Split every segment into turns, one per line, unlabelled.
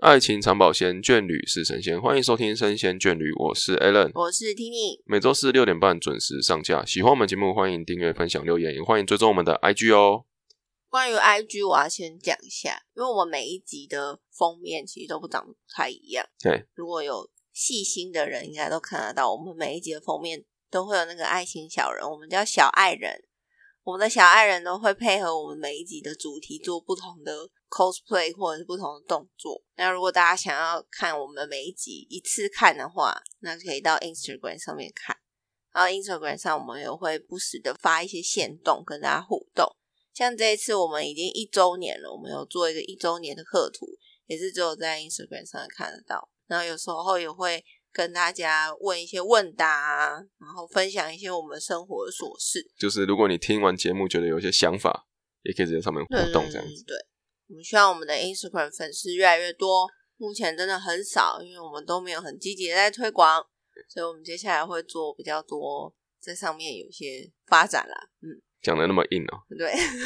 爱情长保鲜，眷侣是神仙。欢迎收听《生鲜眷侣》，我是 Alan。
我是 Tini，
每周四六点半准时上架。喜欢我们节目，欢迎订阅、分享、留言，也欢迎追踪我们的 IG 哦。
关于 IG 我要先讲一下，因为我们每一集的封面其实都不长得不太一样。
对，
如果有细心的人，应该都看得到，我们每一集的封面都会有那个爱情小人，我们叫小爱人。我们的小爱人呢，会配合我们每一集的主题做不同的 cosplay 或者是不同的动作。那如果大家想要看我们每一集一次看的话，那可以到 Instagram 上面看。然后 Instagram 上我们也会不时的发一些线动跟大家互动。像这一次我们已经一周年了，我们有做一个一周年的贺图，也是只有在 Instagram 上看得到。然后有时候也会跟大家问一些问答啊，然后分享一些我们生活的琐事。
就是如果你听完节目觉得有一些想法，也可以直接上面互
对
动这样子。
嗯对对对，我们希望我们的 Instagram 粉丝越来越多。目前真的很少，因为我们都没有很积极的在推广，所以我们接下来会做比较多在上面有一些发展啦。嗯。
讲的那么硬哦，
对，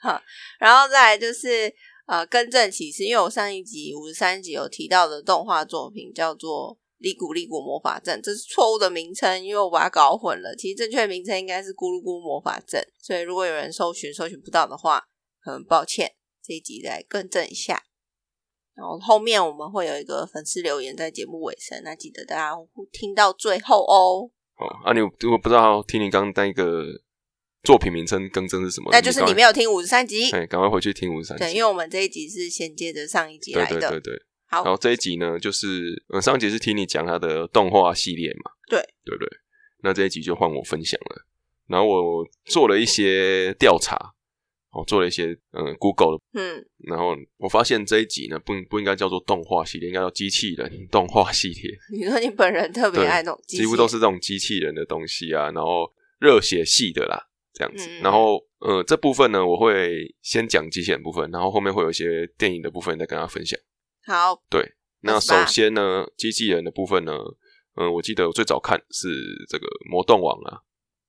好，然后再来就是呃，更正其实，因为我上一集五十三集有提到的动画作品叫做《利古利古魔法阵》，这是错误的名称，因为我把它搞混了。其实正确名称应该是《咕噜咕噜魔法阵》，所以如果有人搜寻搜寻不到的话，很抱歉，这一集来更正一下。然后后面我们会有一个粉丝留言在节目尾声，那记得大家听到最后哦。
哦啊，你如果不知道听你刚刚那个作品名称更正是什么，
那就是你没
有
有听五十三集，
哎，赶快回去听五十三
对，
集。
因为我们这一集是衔接着上一集
对
来
对
的。
对对。
好
然后这一集呢，就是嗯，上一集是听你讲他的动画系列嘛，
对
对不对？那这一集就换我分享了。然后我做了一些调查，我做了一些嗯 Google 的，
嗯，
然后我发现这一集呢，不不应该叫做动画系列，应该叫机器人 动画系列，
你说你本人特别
对
爱那种机器，
几乎都是这种机器人的东西啊，然后热血系的啦，这样子。
嗯嗯嗯
然后呃，这部分呢，我会先讲机器人部分，然后后面会有一些电影的部分再跟大家分享。
好，
对，那首
28
先呢，机器人的部分呢，嗯，我记得我最早看是这个《魔动王》啊，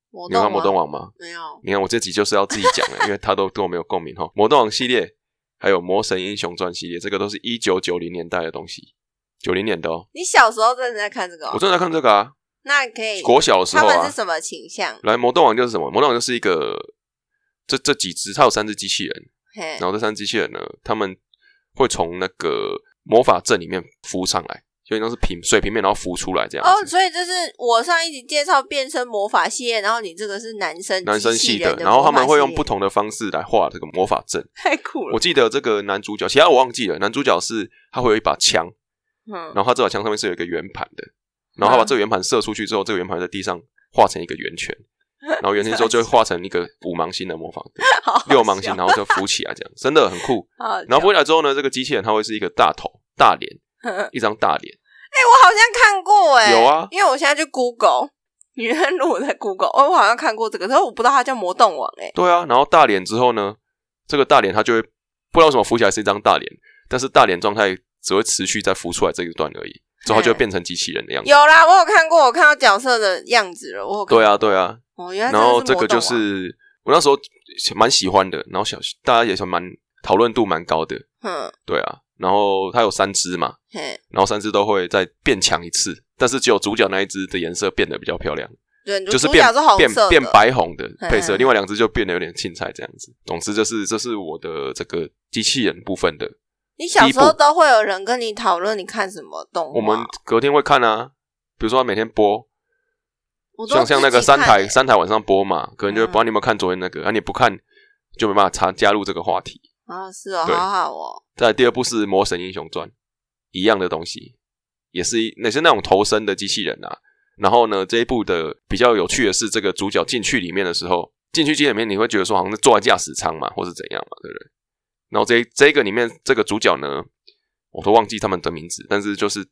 魔
你有
动
看《
王
魔动王》吗？
没有？
你看我这集就是要自己讲了，因为他都跟我没有共鸣哈，《魔动王》系列，还有《魔神英雄传》系列，这个都是一九九零年代的东西，九零年的哦。
你小时候真的在看这个、哦？
我正在看这个啊，
那可以，
国小的时
哎他
候
们是
啊，
什么 倾向？
来《魔动王》就是什么？《魔动王》就是一个这这几只，它有三只机器人，
嘿
然，后这三机器人呢，他们会从那个魔法阵里面浮上来，有点像是平水平面，然后浮出来这样子。
哦，所以就是我上一集介绍变身魔法系列，然后你这个是男生
男生
机器
系
人
的
的，，
然后他们会用不，同的方式来画这个魔法阵。
太酷
我
了。
记得这个男主角，其他我忘记了，男主角是他会有一把枪，
嗯
然，后他这把枪上面是有一个圆盘的，然后他把这个圆盘射出去之后，这个圆盘在地上画成一个圆圈，然后圆圈之后就会画成一个五芒星的魔法阵，
好好
六芒星，
笑，
然后就浮起来这样，真的很酷。
好
然后回来之后呢，这个机器人它会是一个大头、大脸，
笑 哎、
一张大脸。
我好像看过哎、
有啊
因为我现在去 Google。女人如我在 Google，哦，我好像看过这个，但是我不知道它叫魔动王哎、
对啊，然后大脸之后呢，这个大脸它就会不知道为什么浮起来是一张大脸，但是大脸状态只会持续在浮出来这一段而已，之后它就会变成机器人的样子。
有啦，我有看过，我看到角色的样子了，我有看
对啊，对啊，
哦，原来
然后
真
这
的
个就
魔动王
是我那时候蛮喜欢的，然后小大家也是蛮讨论度蛮高的，
嗯，
对啊，然后它有三只嘛，
嘿，
然后三只都会再变强一次，但是只有主角那一只的颜色变得比较漂亮，
对，
就是
主
变
角是红
变
色的
变，白红的配
嗯
色，
嗯
另外两只就变得有点青菜这样子。总之，这是这是我的这个机器人部分的
你小
第一
时
部
候都会有人跟你讨论你看什么动画，
我们隔天会看啊，比如说他每天播，
我都
像像那个
自己
三
看
台
欸
三台晚上播嘛，可能就会
嗯
帮你有没有看昨天那个，啊你不看就没办法插加入这个话题。
啊，是哦，
对
好好哦，
再来第二部是《魔神英雄传》，一样的东西，也是一也是那种投身的机器人啊。然后呢，这一部的比较有趣的是，这个主角进去里面的时候，进去机里面你会觉得说好像是坐在驾驶舱嘛，或是怎样嘛，对不对？然后这一这个里面这个主角呢，我都忘记他们的名字，但是就是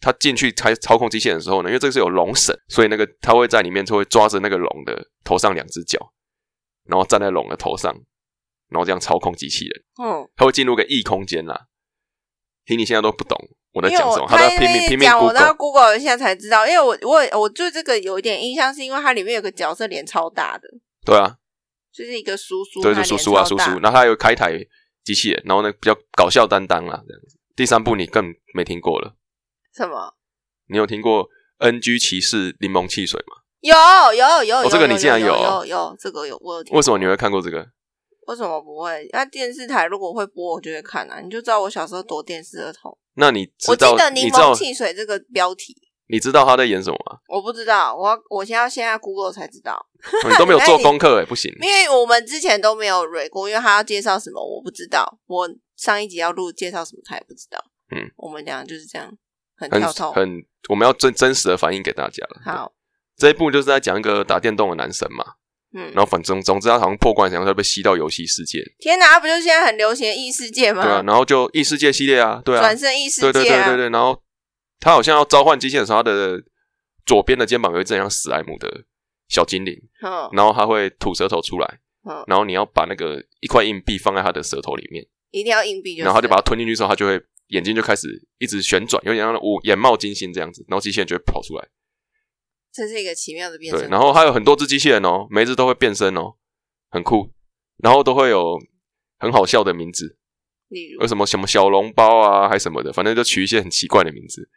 他进去才操控机器人的时候呢，因为这个是有龙神，所以那个他会在里面就会抓着那个龙的头上两只脚，然后站在龙的头上，然后这样操控机器人。
嗯，
他会进入个异空间啦。听你现在都不懂我在
因为
讲什
我
么，他在
一
拼命
直
拼命
讲，我都要
Google。
Google 一下才知道，因为我我我对这个有一点印象，是因为它里面有个角色脸超大的，
对啊，
就是一个叔叔，
对，
他
就叔
脸
叔啊
超
叔
大
叔，然后他有开台机器人，然后呢比较搞笑担当啦，这样子。第三部你更没听过了，
什么？
你有听过 NG 骑士柠檬汽水吗？
有有有
哦
有，
这个你竟然
有
有
有有这个有我有听
为什么你会看过这个？
为什么不会？那电视台如果会播，我就会看啊。你就知道我小时候躲电视儿童。
那你知
我记
道
得
你
柠
知道
檬汽水这个标题，
你知道他在演什么吗？
我不知道，我要我现在要现在 Google 才知道，
你都没有做功课哎，不行。
因为我们之前都没有蕊过，因为他要介绍什么我不知道，我上一集要录介绍什么他也不知道。
嗯，
我们俩就是这样，很
很
跳痛。
很，我们要真真实的反映给大家了。
好，
这一部就是在讲一个打电动的男神嘛，
嗯
然，后反正总之他好像破关想要被吸到游戏世界，
天哪，不就现在很流行的异世界吗？
对啊，然后就异世界系列啊，对啊，
转身异世界、
对
啊，
对对对对，然后他好像要召唤机器人的时候，他的左边的肩膀有一只很像史莱姆的小精灵，
嗯，
然后他会吐舌头出来
嗯，
然后你要把那个一块硬币放在他的舌头里面，
一定要硬币，
然后他就把它吞进去之后，他就会眼睛就开始一直旋转，有点像我眼冒金星这样子，然后机器人就会跑出来。
这是一个奇妙的变身
对，。然后它有很多只机器人哦，每一只都会变身哦，很酷。然后都会有很好笑的名字，
例如
有，什么什么小笼包啊，还什么的，反正就取一些很奇怪的名字。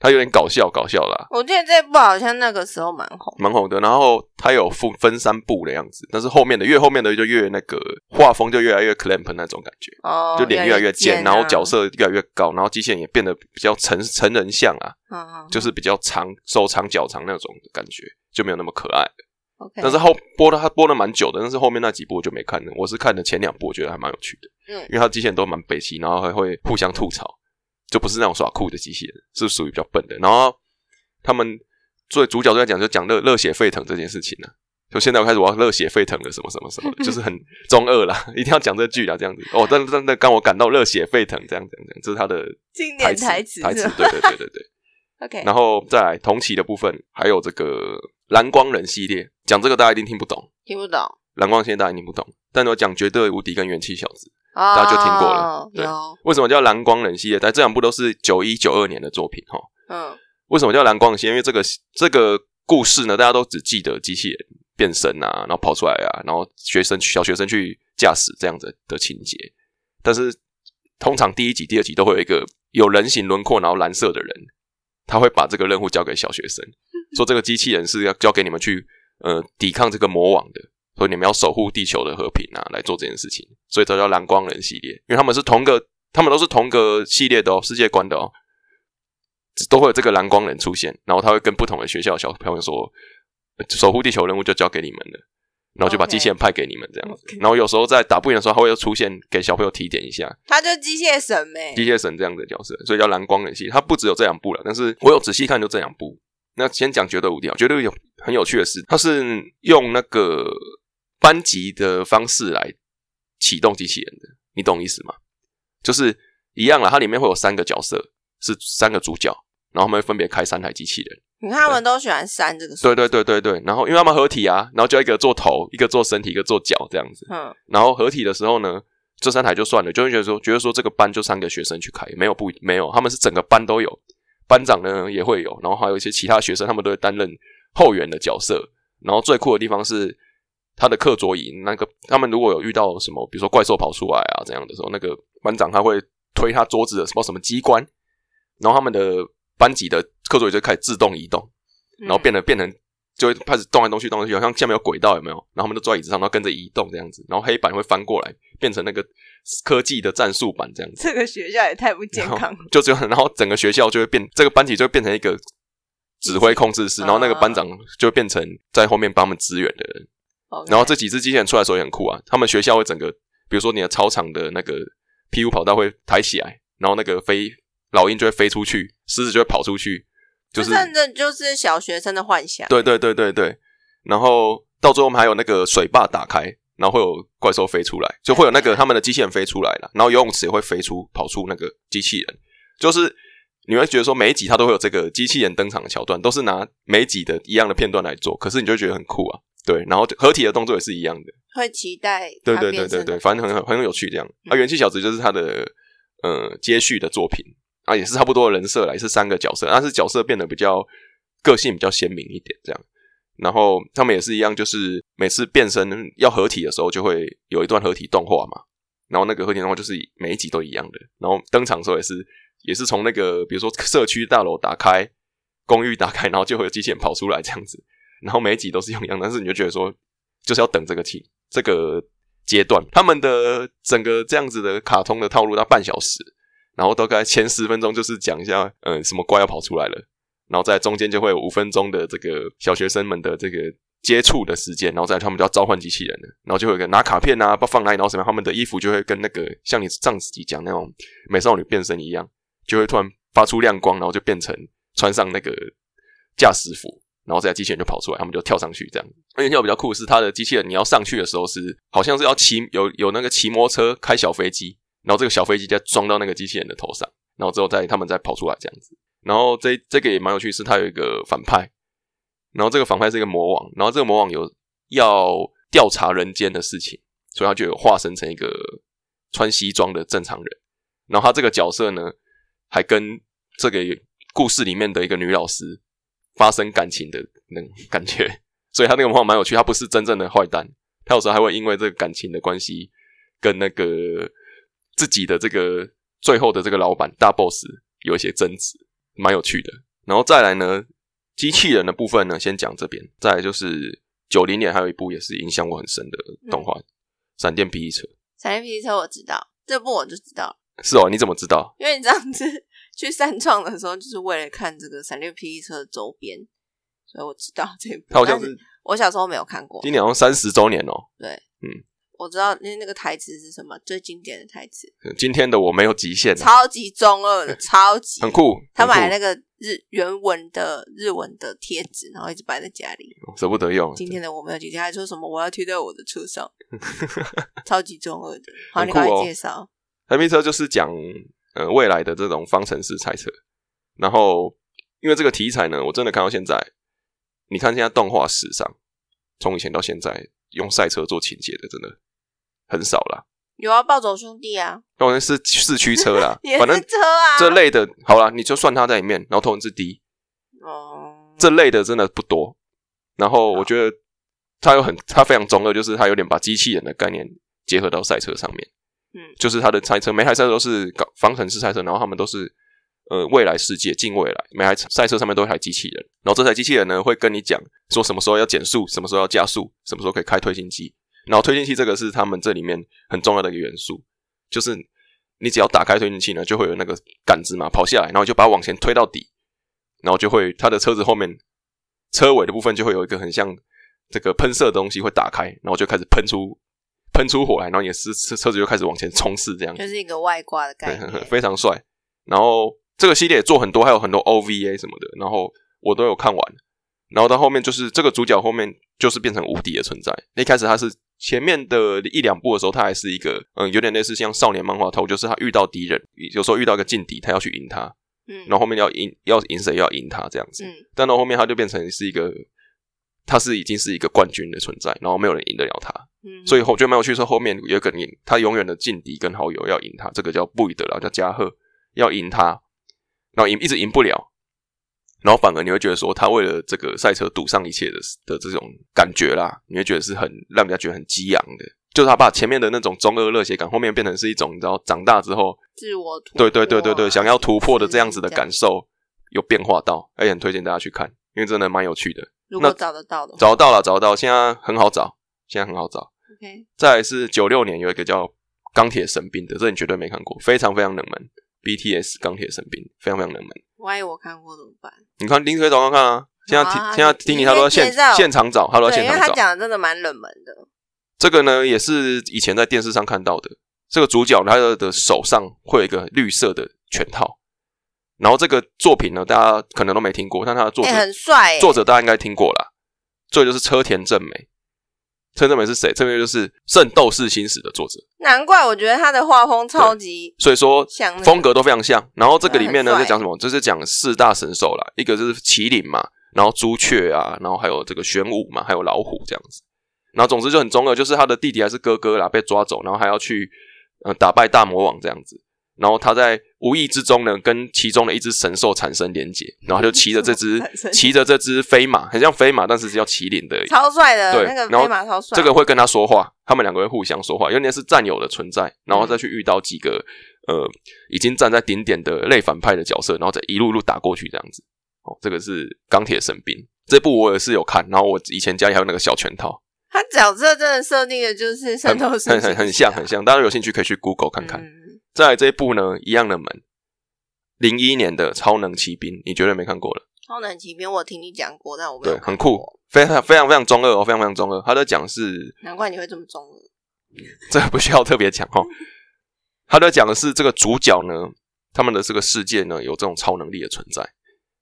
它有点搞笑，搞笑啦，
我记得这部好像那个时候蛮红。
蛮红的。然后它有分分三部的样子，但是后面的越后面的就越那个画风就越来越 clamp 那种感觉，
哦，
就脸越
越
来越
尖
尖，
啊，
然后角色越来越高，然后机器人也变得比较成成人像啊，
嗯，嗯，
就是比较长手长脚长那种感觉，就没有那么可爱。
OK，
但是后播的他播的蛮久的，但是后面那几部我就没看了。我是看了前两部，我觉得还蛮有趣的，
嗯
因为他机器人都蛮北齐，然后还会互相吐槽，就不是那种耍酷的机器人，是属于比较笨的。然后他们作为主角都在讲，就讲热热血沸腾这件事情呢、就现在我开始我要热血沸腾了，什么什么什 么的，就是很中二啦，一定要讲这句啦，这样子。哦，但但但让我感到热血沸腾，这样这样这样，这是他的
经典
台词
台词
台
是
词
吧，
对对对 对对。
OK，
然后再来同期的部分，还有这个蓝光人系列，讲这个大家一定听不懂，
听不懂，
蓝光现在大家一定不懂，但我讲绝对无敌跟元气小子，
大
家就听过了对
有，
为什么叫蓝光人系列？但这两部都是九一九二年的作品哈。
嗯
为什么叫蓝光系列？因为这个这个故事呢，大家都只记得机器人变身啊，然后跑出来啊，然后学生小学生去驾驶这样子的情节，但是通常第一集、第二集都会有一个有人形轮廓，然后蓝色的人，他会把这个任务交给小学 生，说这个机器人是要交给你们去呃抵抗这个魔王的，所以你们要守护地球的和平啊，来做这件事情，所以它叫蓝光人系列，因为他们是同个，他们都是同个系列的哦，世界观的哦，都会有这个蓝光人出现，然后他会跟不同的学校的小朋友说，呃守护地球任务就交给你们了。然后就把
OK
机器人派给你们这样子
OK
然后有时候在打不赢的时候，他会又出现给小朋友提点一下，
他就机械神呗，
机械神这样的角色，所以叫蓝光人系。它不只有这两部了，但是我有仔细看就这两部。那先讲《绝对无敌》啊，《绝对有很有趣的是，它是用那个班级的方式来启动机器人的，你懂意思吗？就是一样啦，它里面会有三个角色，是三个主角，然后他们会分别开三台机器人。
你看他们都喜欢删这个，
对，对对对对，然后因为他们合体啊，然后就一个做头，一个做身体，一个做脚这样子。
嗯
然后合体的时候呢，这三台就算了，就会觉得说，觉得说这个班就三个学生去开，没有不没有，他们是整个班都有，班长呢也会有，然后还有一些其他学生，他们都会担任后援的角色。然后最酷的地方是他的课桌椅，那个他们如果有遇到什么，比如说怪兽跑出来啊这样的时候，那个班长他会推他桌子的什么什么机关，然后他们的班级的课桌椅就开始自动移动。然后变得变成就会开始动来动去动来动去，好像下面有轨道有没有？然后他们就坐在椅子上，然后跟着移动这样子，然后黑板会翻过来变成那个科技的战术版这样子，
这个学校也太不健
然后
康 了，
就只有然后整个学校就会变，这个班级就会变成一个指挥控制室，
嗯
然后那个班长就会变成在后面帮他们支援的人。
哦 OK
然后这几只机器人出来的时候也很酷啊，他们学校会整个，比如说你的操场的那个 PU 跑道会抬起来，然后那个飞老鹰就会飞出去，狮子就会跑出去，就是
这真的就是小学生的幻想，
对对对对对，然后到最后我们还有那个水坝打开，然后会有怪兽飞出来，就会有那个他们的机器人飞出来了，然后游泳池也会飞出跑出那个机器人，就是你会觉得说每一集它都会有这个机器人登场的桥段，都是拿每一集的一样的片段来做，可是你就觉得很酷啊，对，然后就合体的动作也是一样的，
会期待
对
他
对对
变
对
身的
对，反正很很有趣这样。啊，元气小子就是他的呃接续的作品啊，也是差不多的人设啦，也是三个角色，但是角色变得比较个性比较鲜明一点这样。然后他们也是一样，就是每次变身要合体的时候，就会有一段合体动画嘛。然后那个贺天动画就是每一集都一样的，然后登场的时候也是也是从那个比如说社区大楼打开，公寓打开，然后就会有机器人跑出来这样子，然后每一集都是用一样，但是你就觉得说就是要等这个期这个阶段，他们的整个这样子的卡通的套路到半小时，然后大概前十分钟就是讲一下嗯什么怪要跑出来了，然后在中间就会有五分钟的这个小学生们的这个接触的时间，然后再来他们就要召唤机器人了，然后就会有一个拿卡片啊，不放哪里，然后什么样，他们的衣服就会跟那个像你上集讲那种美少女变身一样，就会突然发出亮光，然后就变成穿上那个驾驶服，然后再来机器人就跑出来，他们就跳上去这样。而且比较酷的是，它的机器人你要上去的时候是好像是要骑有有那个骑摩托车开小飞机，然后这个小飞机再装到那个机器人的头上，然后之后再他们再跑出来这样子。然后这这个也蛮有趣，是它有一个反派，然后这个反派是一个魔王，然后这个魔王有要调查人间的事情，所以他就有化身成一个穿西装的正常人。然后他这个角色呢，还跟这个故事里面的一个女老师发生感情的那种感觉，所以他那个魔王蛮有趣，他不是真正的坏蛋，他有时候还会因为这个感情的关系，跟那个自己的这个最后的这个老板大 boss 有一些争执。蛮有趣的，然后再来呢，机器人的部分呢，先讲这边。再来就是九零年还有一部也是影响我很深的动画，闪电霹雳车》。
闪电霹雳车我知道，这部我就知道了，
是哦，你怎么知道？
因为你上次去三创的时候，就是为了看这个闪电霹雳车的周边，所以我知道这部。
它好像
但
是
我小时候没有看过，
今年好像三十周年哦。
我知道那那个台词是什么，最经典的台词，
今天的我没有极限啊，
超级中二的，超级
很。酷。
他
很酷
买了那个日原文的日文的贴纸，然后一直摆在家里。
哦舍不得用。
今天的我没有今天还说什么我要贴在我的 车上，超级中二的。好，
很
你
酷
赶
哦
快介绍。
海密车就是讲呃未来的这种方程式猜测。然后因为这个题材呢，我真的看到现在，你看现在动画史上，从以前到现在用赛车做情节的真的很少啦。
有啊，暴走兄弟啊，
当然是四驱车啦
也，
反正
是车啊。
这类的，好啦，你就算它在里面，然后头文字 D
哦，
这类的真的不多。然后我觉得它有很，它非常中二，就是它有点把机器人的概念结合到赛车上面。
嗯
就是它的赛车，每台赛车都是搞方程式赛车，然后他们都是呃未来世界近未来，每台赛车上面都有一台机器人，然后这台机器人呢会跟你讲说什么时候要减速，什么时候要加速，什么时候可以开推进器。然后推进器这个是他们这里面很重要的一个元素，就是你只要打开推进器呢，就会有那个杆子嘛跑下来，然后就把它往前推到底，然后就会它的车子后面车尾的部分就会有一个很像这个喷射的东西会打开，然后就开始喷出喷出火来，然后也是车车子就开始往前冲刺这样，
就是一个外挂的概
对，
念
很很。非常帅。然后这个系列也做很多，还有很多 OVA 什么的，然后我都有看完。然后到后面就是这个主角后面就是变成无敌的存在。一开始他是前面的一两部的时候，他还是一个嗯，有点类似像少年漫画头，就是他遇到敌人，有时候遇到一个劲敌，他要去赢他，
嗯，
然后后面要赢要赢谁要赢他这样子。
嗯
但到后面他就变成是一个，他是已经是一个冠军的存在，然后没有人赢得了他。
嗯，
所以我觉得蛮有趣，是后面有一个赢他永远的劲敌跟好友要赢他，这个叫布里德啦，叫加贺，要赢他，然后赢一直赢不了，然后反而你会觉得说他为了这个赛车赌上一切的的这种感觉啦，你会觉得是很让人家觉得很激昂的，就是他把前面的那种中二热血感，后面变成是一种你知道长大之后，
自我突破
对
啊
对对对对，想要突破的这样子的感。
是
受有变化到，而且很推荐大家去看，因为真的蛮有趣的，
如果
那
找得到的话
找得到了，找得到，现在很好找，现在很好找。
，OK，
再来是九六年有一个叫《钢铁神兵》的，这你绝对没看过，非常非常冷门。BTS《钢铁神兵》非常非常冷门。
万一我看过怎么办？
你看林可以找看看啊，现在听、
好啊
现在听你他都要
你
现
先介绍
现场找，他都要
对，
现
因为
场
他
找。
讲的真的蛮冷门的。
这个呢也是以前在电视上看到的。这个主角他的手上会有一个绿色的拳套，然后这个作品呢大家可能都没听过，但他的作者、
哎、很帅、欸，
作者大家应该听过啦。作者就是车田正美，车田正美是谁？这边就是《圣斗士星矢》的作者，
难怪我觉得他的画风超级
所以说
像、那个
风格都非常像。然后这个里面呢，
嗯很帅
在讲什么？就是讲四大神兽啦，一个就是麒麟嘛，然后朱雀啊，然后还有这个玄武嘛，还有老虎这样子。然后总之就很中二，就是他的弟弟还是哥哥啦，被抓走，然后还要去呃打败大魔王这样子。然后他在无意之中呢，跟其中的一只神兽产生连结，然后他就骑着这只
产生
骑着这只飞马，很像飞马，但是是叫麒麟的
超帅的，
对
那个
然后
飞马超帅。
这个会跟他说话，他们两个会互相说话，有点是战友的存在，然后再去遇到几个
嗯
呃已经站在顶点的类反派的角色，然后再一路路打过去这样子。哦，这个是钢铁神兵这部我也是有看，然后我以前家里还有那个小拳 套，
他角色真的设定的就是
很
圣斗士啊
很很很像很像，大家有兴趣可以去 Google 看看。
嗯
再来这一部呢，一样的门，零一年的《超能骑兵》，你绝对没看过了。
超能骑兵我听你讲过，但我没
对，
有
很
看过
酷，，非常非常非常中二哦，非常非常中二。他在讲是，
难怪你会这么中二。
这个不需要特别讲哦。他在讲的是这个主角呢，他们的这个世界呢有这种超能力的存在，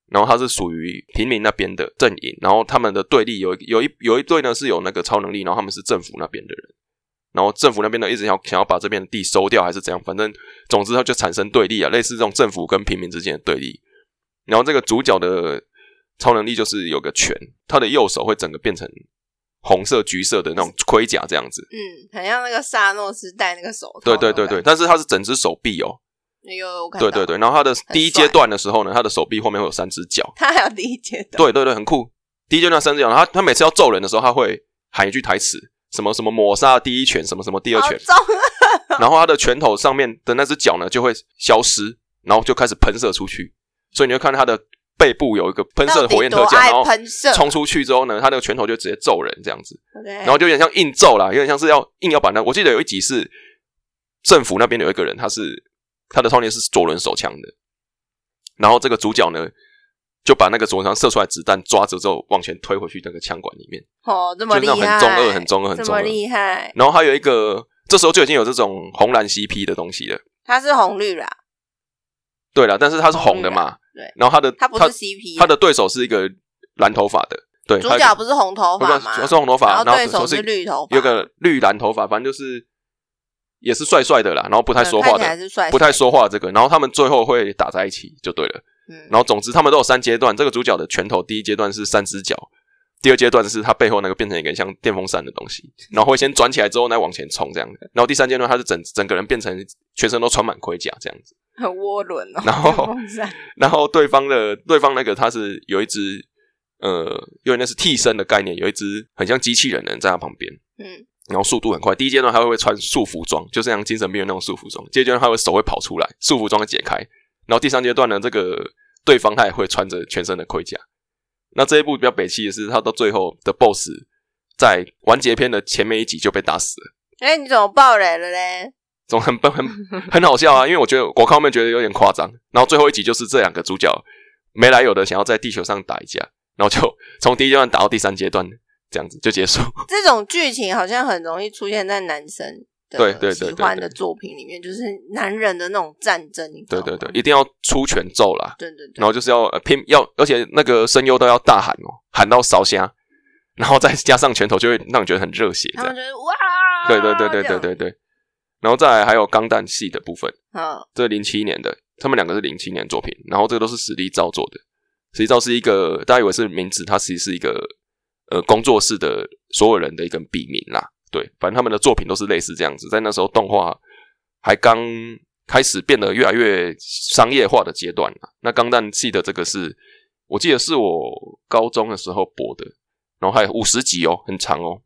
然后他是属于平民那边的阵营，然后他们的对立有一有一有一队呢是有那个超能力，然后他们是政府那边的人，然后政府那边呢一直想要想要把这边的地收掉还是怎样，反正总之他就产生对立啊，类似这种政府跟平民之间的对立。然后这个主角的超能力就是有个拳，他的右手会整个变成红色、橘色的那种盔甲这样子。
嗯，很像那个萨诺斯戴那个手套。
对对对对，，但是它是整只手臂哦，
有有我看到
对对对，，然后它的第一
帅
阶段的时候呢，它的手臂后面会有三只脚，
他还有第一阶段。
对对对，很酷。第一阶段三只脚，然后它它每次要揍人的时候，它会喊一句台词，什么什么抹杀第一拳，什么什么第二
好
拳，
重啊！
然后它的拳头上面的那只脚呢就会消失，然后就开始喷射出去，所以你会看到它的背部有一个喷射的火焰特
到底
效，
多爱
然后
喷射
冲出去之后呢，它那个拳头就直接揍人这样子。然
然
后就有点像硬揍啦，有点像是要硬要把那。我记得有一集是政府那边有一个人，他是他的少年是左轮手枪的，然后这个主角呢就把那个左轮枪射出来子弹抓着之后往前推回去那个枪管里面，
哦，这么
就
厉
那种很
害，
中二、很中二、很
这
中
么
二。
厉害。
然后还有一个，这时候就已经有这种红蓝 CP 的东西了。
他是红绿啦，
对了，但是他是红的嘛，
对啊对
然后他的
他不是 CP 啊
他的对手是一个蓝头发的，对，
主
他有
角不是红头发吗？
是红头发，
然后对
手
手是绿头发，
有个绿蓝头发，反正就是也是帅帅的啦，然后不太说话
嗯看起来
的，
是帅，
不太，说话这个，然后他们最后会打在一起就对了。
嗯，
然后总之他们都有三阶段，这个主角的拳头第一阶段是三只脚，第二阶段是他背后那个变成一个像电风扇的东西，然后会先转起来之后再往前冲这样然后第三阶段他是整整个人变成全身都穿满盔甲这样子。
很涡轮哦。
然后
电风扇
然后对方的对方那个他是有一只呃，因为那是替身的概念，有一只很像机器人的人在他旁边，
嗯，
然后速度很快。第一阶段他会穿束缚装，就是像精神病的那种束缚装。第二阶段他会手会跑出来，束缚装解开。然后第三阶段呢，这个对方他也会穿着全身的盔甲。那这一部比较北气的是，他到最后的 BOSS 在完结篇的前面一集就被打死了。
哎，你怎么爆雷了嘞？
总很 笨很很好笑啊，因为我觉得我看后面觉得有点夸张。然后最后一集就是这两个主角没来由的想要在地球上打一架，然后就从第一阶段打到第三阶段，这样子就结束。
这种剧情好像很容易出现在男生的
对对对对
喜欢的作品里面，就是男人的那种战争，你知道
对
吗
对对，一定要出拳咒啦，
对对对
然后就是要、呃、拼要，而且那个声优都要大喊哦，喊到烧瞎，然后再加上拳头，就会让你觉得很热血。这
他
样，
们就是哇，
对对对对
啊这
对
样
对，对。然后再来还有钢弹系的部分，
嗯
这零七年的，他们两个是零七年作品，然后这个都是实力照做的。实力照是一个大家以为是名字，它其实是一个呃工作室的所有人的一个笔名啦。对，反正他们的作品都是类似这样子，在那时候动画还刚开始变得越来越商业化的阶段啦。那钢弹系的这个是我记得是我高中的时候播的，然后还有五十集哦，很长哦，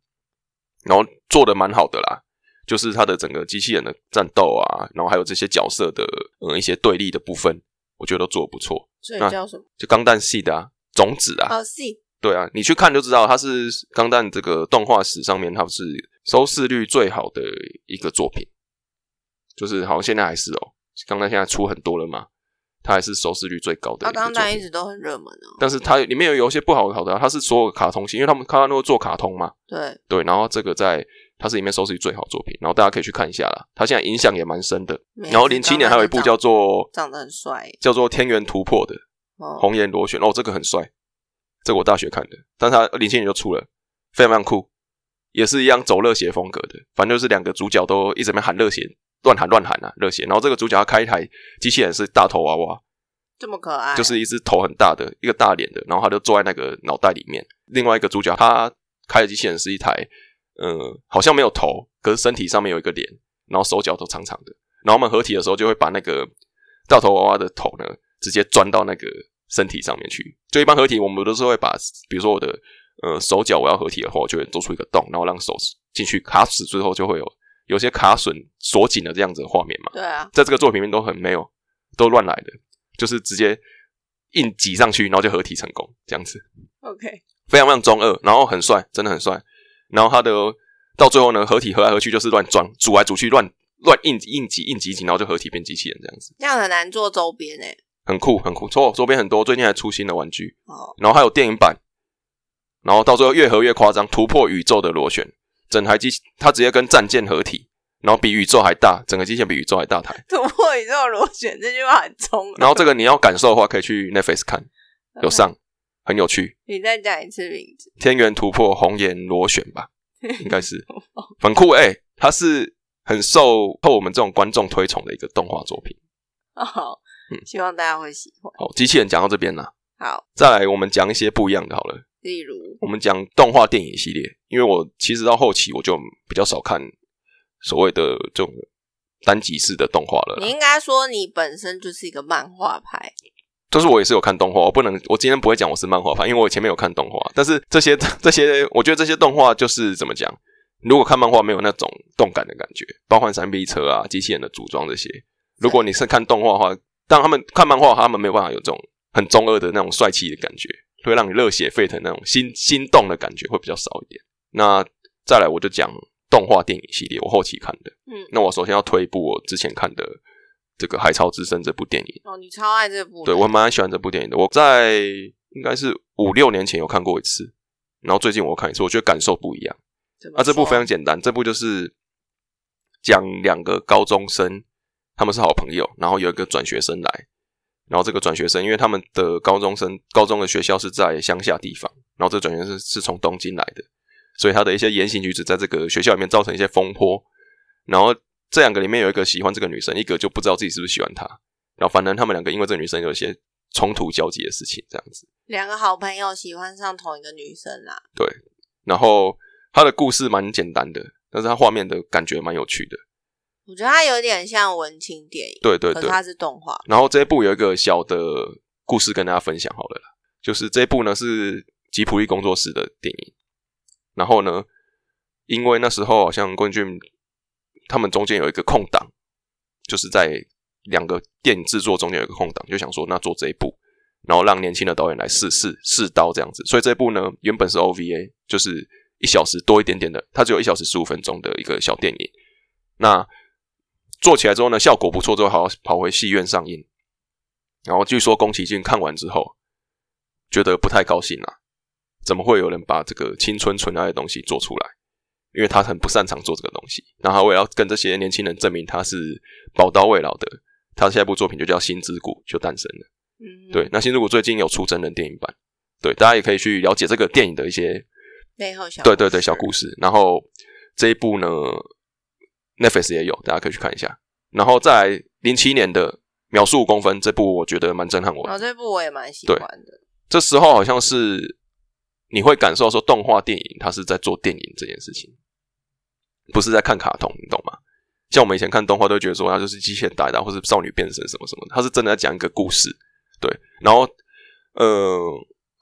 然后做的蛮好的啦。就是它的整个机器人的战斗啊，然后还有这些角色的嗯一些对立的部分，我觉得都做得不错。
所以叫什么？
就钢弹系的啊，种子啊，
哦，C
对啊，你去看就知道，它是钢弹这个动画史上面它是收视率最好的一个作品，就是好像现在还是哦，钢弹现在出很多了嘛，它还是收视率最高的
啊，
一个
钢
作
弹一
品。
直都很热门哦。
但是它里面有有一些不好的好的啊、它是所有卡通系，因为他们看到都会做卡通嘛，
对，
对，然后这个在它是里面收视率最好的作品，然后大家可以去看一下啦。它现在影响也蛮深的。然后零七年还有一部叫做
长得很帅
叫做《天元突破》的
哦
《红颜螺旋》，哦，这个很帅，这个我大学看的，但是它零七年就出了，非常非常酷，也是一样走热血风格的，反正就是两个主角都一直在那边喊热血，乱喊乱喊啊，热血。然后这个主角他开一台机器人是大头娃娃，
这么可爱，
就是一只头很大的一个大脸的，然后他就坐在那个脑袋里面。另外一个主角他开的机器人是一台，呃，好像没有头，可是身体上面有一个脸，然后手脚都长长的。然后我们合体的时候就会把那个大头娃娃的头呢，直接钻到那个身体上面去。就一般合体，我们都是会把，比如说我的呃手脚我要合体的话，我就会做出一个洞，然后让手进去卡死之后就会有有些卡榫锁紧的这样子的画面嘛，
对啊，
在这个作品里面都很没有，都乱来的，就是直接硬挤上去，然后就合体成功这样子。
，OK，
非常非常中二，然后很帅，真的很帅。然后他的到最后呢，合体合来合去就是乱撞，组来组去乱乱硬硬挤硬挤挤，然后就合体变机器人这样子，
这样很难做周边欸诶。
很酷很酷。周周边很多，最近还出新的玩具，
哦，
然后还有电影版，然后到最后越合越夸张，突破宇宙的螺旋，整台机它直接跟战舰合体，然后比宇宙还大，整个机器人比宇宙还大台。
突破宇宙螺旋这句话很中二。
然后这个你要感受的话，可以去 Netflix 看，有上，很有趣。
你再讲一次名字，
天元突破红颜螺旋吧，应该是很酷哎、欸，它是很受受我们这种观众推崇的一个动画作品。
哦好
嗯，
希望大家会喜欢。
好，机器人讲到这边啦，
好，
再来我们讲一些不一样的好了。
例如，
我们讲动画电影系列，因为我其实到后期我就比较少看所谓的这种单集式的动画了啦
你。应该说你本身就是一个漫画派，
就是我也是有看动画，我不能，我今天不会讲我是漫画派，因为我前面有看动画。但是这些 这些，我觉得这些动画就是怎么讲，如果看漫画没有那种动感的感觉，包含三 B 车啊、机器人的组装这些。如果你是看动画的话，当他们看漫画，他们没有办法有这种很中二的那种帅气的感觉，会让你热血沸腾那种心心动的感觉会比较少一点。那再来，我就讲动画电影系列，我后期看的。
嗯
那我首先要推一部我之前看的这个《海潮之声》这部电影。
哦，你超爱这部的，
对我蛮喜欢这部电影的。我在应该是五六年前有看过一次，然后最近我看一次，我觉得感受不一样。
怎么
啊，这部
说
非常简单，这部就是讲两个高中生，他们是好朋友，然后有一个转学生来，然后这个转学生因为他们的高中生高中的学校是在乡下地方，然后这转学生是从东京来的，所以他的一些言行举止在这个学校里面造成一些风波，然后这两个里面有一个喜欢这个女生，一个就不知道自己是不是喜欢她，然后反正他们两个因为这个女生有一些冲突交集的事情，这样子。
两个好朋友喜欢上同一个女生啦，
然后他的故事蛮简单的，但是他画面的感觉蛮有趣的。
我觉得它有点像文青电影，
对对
可是
对，
它是动画，
然后这一部有一个小的故事跟大家分享好了啦，就是这一部呢是吉普力工作室的电影。然后呢，因为那时候好像冠军他们中间有一个空档，就是在两个电影制作中间有一个空档，就想说那做这一部，然后让年轻的导演来试试试刀这样子。所以这一部呢原本是 OVA，就是一小时多一点点的，它只有一小时十五分钟的一个小电影。那做起来之后呢，效果不错，之后好跑回戏院上映。然后据说宫崎骏看完之后，觉得不太高兴啊，怎么会有人把这个青春纯爱的东西做出来？因为他很不擅长做这个东西，然后我也要跟这些年轻人证明他是宝刀未老的。他下一部作品就叫《新之谷》，就诞生了。
嗯，
对，，那《新之谷》最近有出真人电影版，对，大家也可以去了解这个电影的一些
背后小
对对对，小
故事
故事。然后这一部呢，Netflix 也有，大家可以去看一下。然后在零七年的《秒速五公分》这部，我觉得蛮震撼我的。
哦，这部我也蛮喜欢的，
这时候好像是你会感受说，动画电影它是在做电影这件事情，不是在看卡通，你懂吗？像我们以前看动画都会觉得说，它就是机器人打一打，或是少女变身什么什么的，它是真的在讲一个故事。对，然后呃，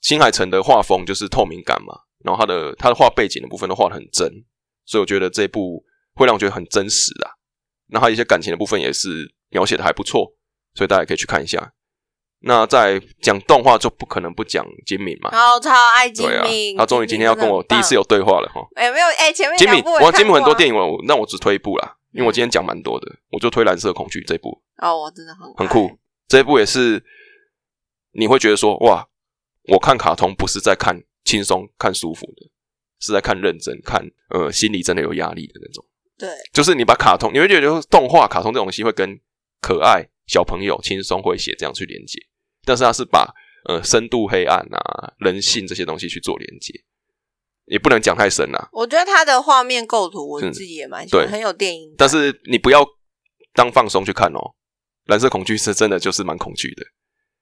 新海诚的画风就是透明感嘛，然后他的他的画背景的部分都画的很真，所以我觉得这一部会让我觉得很真实啊。那他一些感情的部分也是描写的还不错，所以大家也可以去看一下。那在讲动画就不可能不讲金敏嘛，
然后超爱哦金
对啊
敏，，
他终于今天要跟我第一次
有，
有对话了哈。
哎没有哎前面
金敏，
两部也
哇，金
看
敏
过啊
很多电影我我那我只推一部啦，因为我今天讲蛮多的，我就推《蓝色恐惧》这部，
哦，我真的很
很
爱
酷，。 这一部也是你会觉得说，哇，我看卡通不是在看轻松、看舒服的，是在看认真、看呃心里真的有压力的那种。
对，
就是你把卡通，你会觉得动画、卡通这种东西会跟可爱、小朋友、轻松、诙谐这样去连接，但是它是把呃深度、黑暗啊、人性这些东西去做连接，也不能讲太深啦、
我觉得它的画面构图我
嗯
自己也蛮喜欢，
对
很有电影感，
但是你不要当放松去看哦，蓝色恐惧是真的就是蛮恐惧的，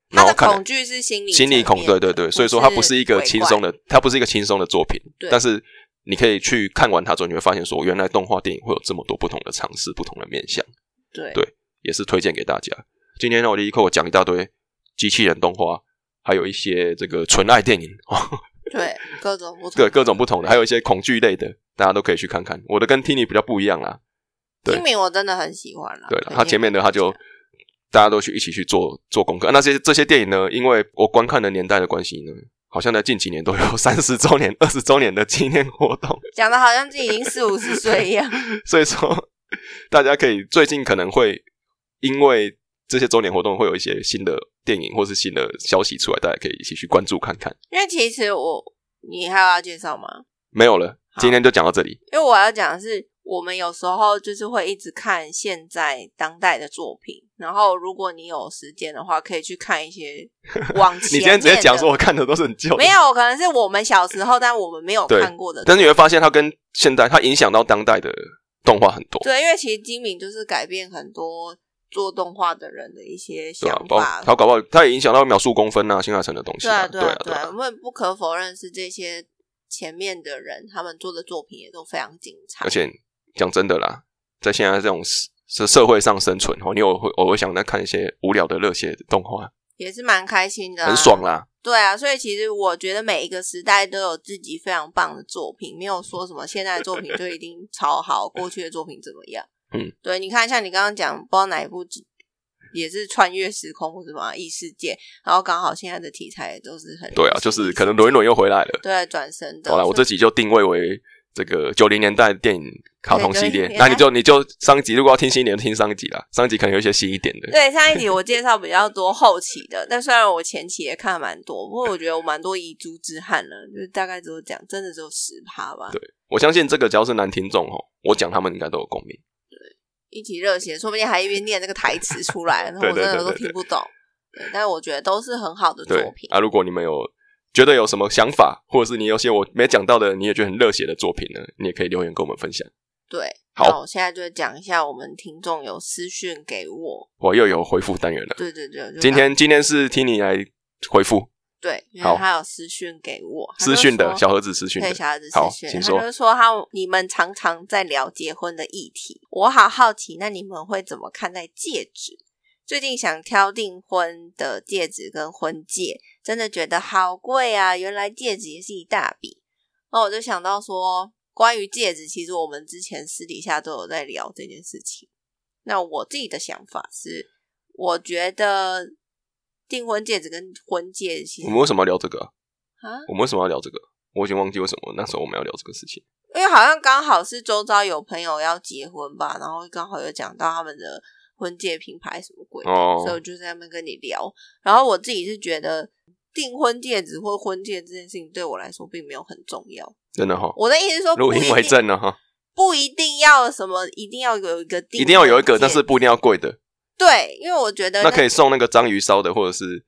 然
它
后
的
看了
恐惧是心理
心理恐，
层
对
面
对
的
对，所以说它不是一个轻松
的，
的，它不是一个轻松的作品
对，
但是你可以去看完它之后，你会发现说，原来动画电影会有这么多不同的尝试、不同的面向。
对
对也是推荐给大家。今天呢，我立刻我讲一大堆机器人动画，还有一些这个纯爱电影，哦
对各种不同，
各各种不同的，还有一些恐惧类的，大家都可以去看看。我的跟 Tini 比较不一样啦，对
金明我真的很喜欢了。
对了
推，荐
他前面的他就大家都去一起去做做功课。那些这些电影呢，因为我观看的年代的关系呢，好像在近几年都有三十周年、二十周年的纪念活动，
讲的好像自己已经四五十岁一 样。
所以说大家可以最近可能会因为这些周年活动会有一些新的电影或是新的消息出来，大家可以一起去关注看看。
因为其实我，你还有要介绍吗？
没有了，
好
今天就讲到这里。
因为我要讲的是，我们有时候就是会一直看现在当代的作品，然后如果你有时间的话，可以去看 一些往前。
你今天直接讲说，我看的都是很旧的，
没有，可能是我们小时候，但我们没有
对
看过的。
但是你会发现它跟现代，它影响到当代的动画很多，
对，因为其实金敏就是改变很多做动画的人的一些
对
想
吧、包
法。
它搞不好它也影响到秒速公分啊、新海诚的东西、
对啊，
对
对啊，
对
对啊，我们不可否认是这些前面的人，他们做的作品也都非常精彩。
而且讲真的啦，在现在这种社社社会上生存，哦，你有会偶尔想再看一些无聊的热血动画，
也是蛮开心的、
很爽。啦。
对啊，所以其实我觉得每一个时代都有自己非常棒的作品，没有说什么现在的作品就一定超好，过去的作品怎么样？
嗯，
对，你看像你刚刚讲，不知道哪一部剧也是穿越时空或什么啊异世界，然后刚好现在的题材也都是很
对啊，就是可能轮一轮又回来了。
对啊转身的。
好啦，我这集就定位为这个九零年代电影卡通系
对
列
90年代，
那你就你就上一集如果要听新一点，就听上一集啦。上一集可能有一些新一点的，
对，上一集我介绍比较多后期的，但虽然我前期也看了蛮多，不过我觉得我蛮多遗珠之憾了，就是大概只有讲，真的只有十趴吧。
对我相信这个只要是男听众哦，我讲他们应该都有共鸣。
一起热血，说不定还一边念那个台词出来，然后我真的都听不懂。对，但是我觉得都是很好的作
对
品。
啊，如果你们有觉得有什么想法，或者是你有些我没讲到的，你也觉得很热血的作品呢，你也可以留言跟我们分享。
对，
好
那我现在就讲一下我们听众有私讯给我，
我又有回复单元了，
对对对，我就
今天今天是听你来回复
对，因
好
为他有私讯给我，他就
私讯的
说
小盒子私讯的
对，，小孩子
好
私讯，
请
他
说
就说他你们常常在聊结婚的议题，我好好奇，那你们会怎么看待戒指？最近想挑订婚的戒指跟婚戒，真的觉得好贵啊！原来戒指也是一大笔。那我就想到说，关于戒指，其实我们之前私底下都有在聊这件事情。那我自己的想法是，我觉得订婚戒指跟婚戒其实
我们为什么要聊这个啊、
啊，
我们为什么要聊这个？我已经忘记为什么那时候我们要聊这个事情。
因为好像刚好是周遭有朋友要结婚吧，然后刚好有讲到他们的婚戒品牌什么鬼的，
哦
所以我就在那边跟你聊。然后我自己是觉得订婚戒指或婚戒这件事情对我来说并没有很重要。
真的哈、
我的意思是说，
录音为证哦了哈，
不一定，不一定要什么，一定要有一个订，
一定要哦有一个，但是不一定要贵的，
对，因为我觉得
那可以送那个章鱼烧的，或者是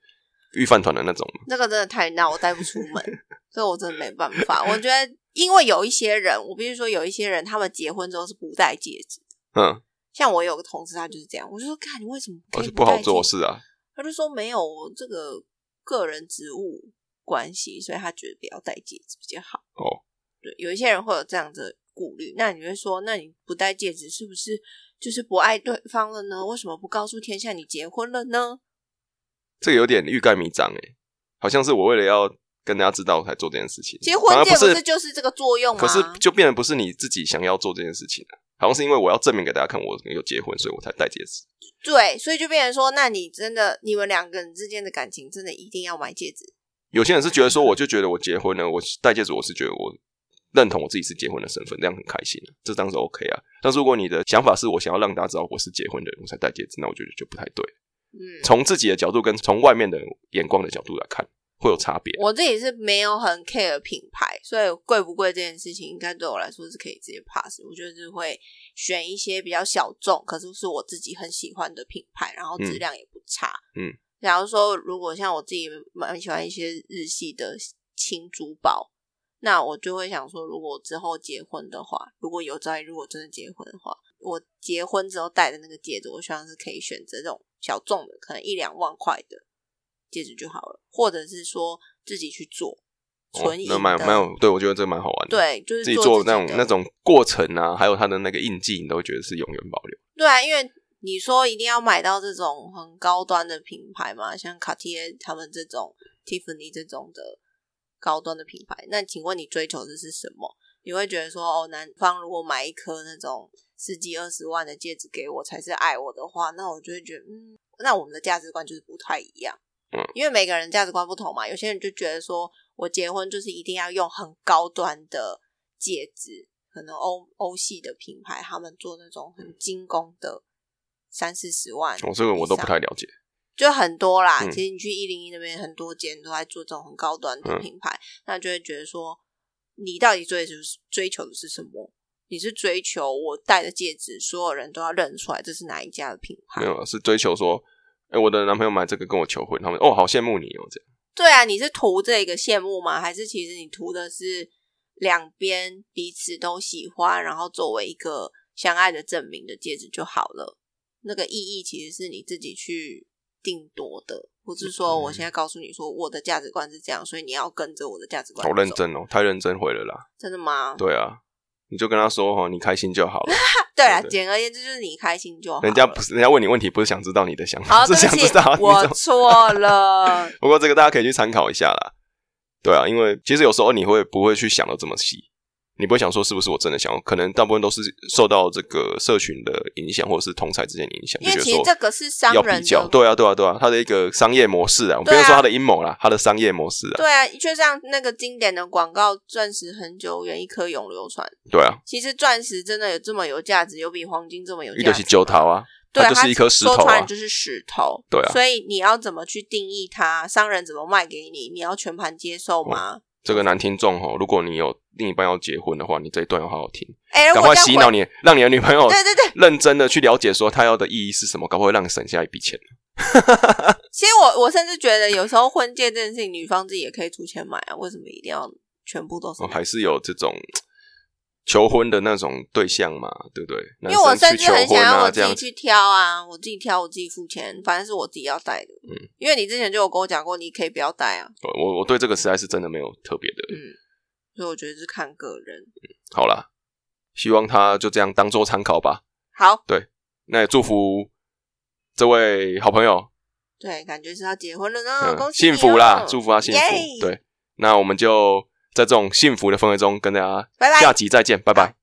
御饭团的那种吗。
那个真的太闹，我带不出 门，所以我真的没办法。我觉得，因为有一些人，我必须说，有一些人他们结婚之后是不戴戒指。
嗯，
像我有个同事，他就是这样，我就说：“看你为什么可
而
以
哦且不好
戴
做
戒指
事啊。？”
他就说：“没有，我这个个人职务关系，所以他觉得不要戴戒指比较好。”
哦，
对，有一些人会有这样的顾虑。那你会说，那你不戴戒指是不是就是不爱对方了呢？为什么不告诉天下你结婚了呢？
这个有点欲盖弥彰哎，好像是我为了要跟大家知道我才做这件事情。
其实
反
婚
而
戒不
是
是就是这个啊作用吗？
可是就变得不是你自己想要做这件事情、啊、好像是因为我要证明给大家看我有结婚，所以我才戴戒指。
对，所以就变成说，那你真的你们两个人之间的感情真的一定要买戒指？
有些人是觉得说，我就觉得我结婚了，我戴戒指，我是觉得我认同我自己是结婚的身份，这样很开心、啊，这当然是 OK 啊。但是如果你的想法是我想要让大家知道我是结婚的人，我才戴戒指，那我觉得就不太对。
嗯，
从自己的角度跟从外面的眼光的角度来看，会有差别。哦
我自己是没有很 care 品牌，所以贵不贵这件事情，应该对我来说是可以直接 pass。我就是会选一些比较小众，可是是我自己很喜欢的品牌，然后质量也不差。
嗯，
假如说如果像我自己蛮喜欢一些日系的轻珠宝，那我就会想说，如果我之后结婚的话，如果有朝一日我真的结婚的话，我结婚之后戴的那个戒指，我希望是可以选择这种小众的，可能一两万块的戒指就好了，或者是说自己去做
哦
纯银的，
那蛮有蛮有，对我觉得这蛮好玩的。。
对，就是
自己
做
做那种
己的
那种过程啊，还有它的那个印记，你都会觉得是永远保留。
对啊，因为你说一定要买到这种很高端的品牌嘛，像卡地亚他们这种、Tiffany 这种的高端的品牌，那请问你追求的是什么？你会觉得说，哦，男方如果买一颗那种十几二十万的戒指给我才是爱我的话，那我就会觉得，嗯，那我们的价值观就是不太一样。
嗯，
因为每个人价值观不同嘛，有些人就觉得说我结婚就是一定要用很高端的戒指，可能欧欧系的品牌他们做那种很精工的三四十万以上，
我嗯哦这个我都
啊
不太了解。
就很多啦。
嗯
其实你去一零一那边很多间都在做这种很高端的品牌，那就会觉得说，你到底追求追求的是什么？你是追求我戴的戒指，所有人都要认出来这是哪一家的品牌
没？有，啊是追求说，哎、我的男朋友买这个跟我求婚，他们哦，好羡慕你哦，这样。
对啊，你是图这个羡慕吗？还是其实你图的是两边彼此都喜欢，然后作为一个相爱的证明的戒指就好了？那个意义其实是你自己去定夺的，不是说我现
嗯
在告诉你说我的价值观是这样，所以你要跟着我的价值观。
好认，真哦，太认真回了啦。
真的吗？
对啊，你就跟他说哦，你开心就 好了。
对啊，
对对
简而言之就是你开心就好了。
人家不是人家问你问题，不是想知道你的想法，
好，
是
对
想
不
知
起
道你，怎么
我错了。
不过这个大家可以去参考一下啦。对啊，因为其实有时候你会不会去想到这么细，你不会想说是不是我真的想要，可能大部分都是受到这个社群的影响，或者是同才之间的影响，
因为
就
其
觉
实
得
这
说
个是商
要
人
比较。
的
对啊，对啊，对啊，它的一个商业模式啊，我不
对啊
用说它的阴谋啦，它的商业模 式啊，
对啊，就像那个经典的广告“钻石恒久远，一颗永流传
对啊”。，
其实钻石真的有这么有价值，有比黄金这么有
遇
价
得
值
起
吗？
九桃啊，
对，
它就是一颗石头
说穿
啊
了，就是石头。
对啊
所以你要怎么去定义它？商人怎么卖给你？你要全盘接受
哦
吗？
这个男听众哦，如果你有另一半要结婚的话，你这一段要好好听，
哎、
赶
我
快
这样
洗
回
脑你，哦让你的女朋友
对对对，
认真的去了解说她要的意义是什么，搞不好会让你省下一笔钱。
其实我我甚至觉得有时候婚戒这件事情，女方自己也可以出钱买啊，为什么一定要全部都是
哦，
男？
还是有这种求婚的那种对象嘛，对不对？
因为我
男生
甚
去
至
求
很
婚
想要
啊，这
我自己
样子
去挑啊，我自己挑，我自己付钱，反正是我自己要戴的。
嗯，
因为你之前就有跟我讲过，你可以不要戴啊，
我我我对这个实在是真的没有特别的。
所以我觉得是看个人。
好啦，希望他就这样当做参考吧。
好，
那也祝福这位好朋友，
对，感觉是要结婚了呢，
嗯，
恭喜你
幸
哦
福啦，祝福他幸福
耶。
对，那我们就在这种幸福的氛围中跟大家
拜拜，
下集再见，拜拜。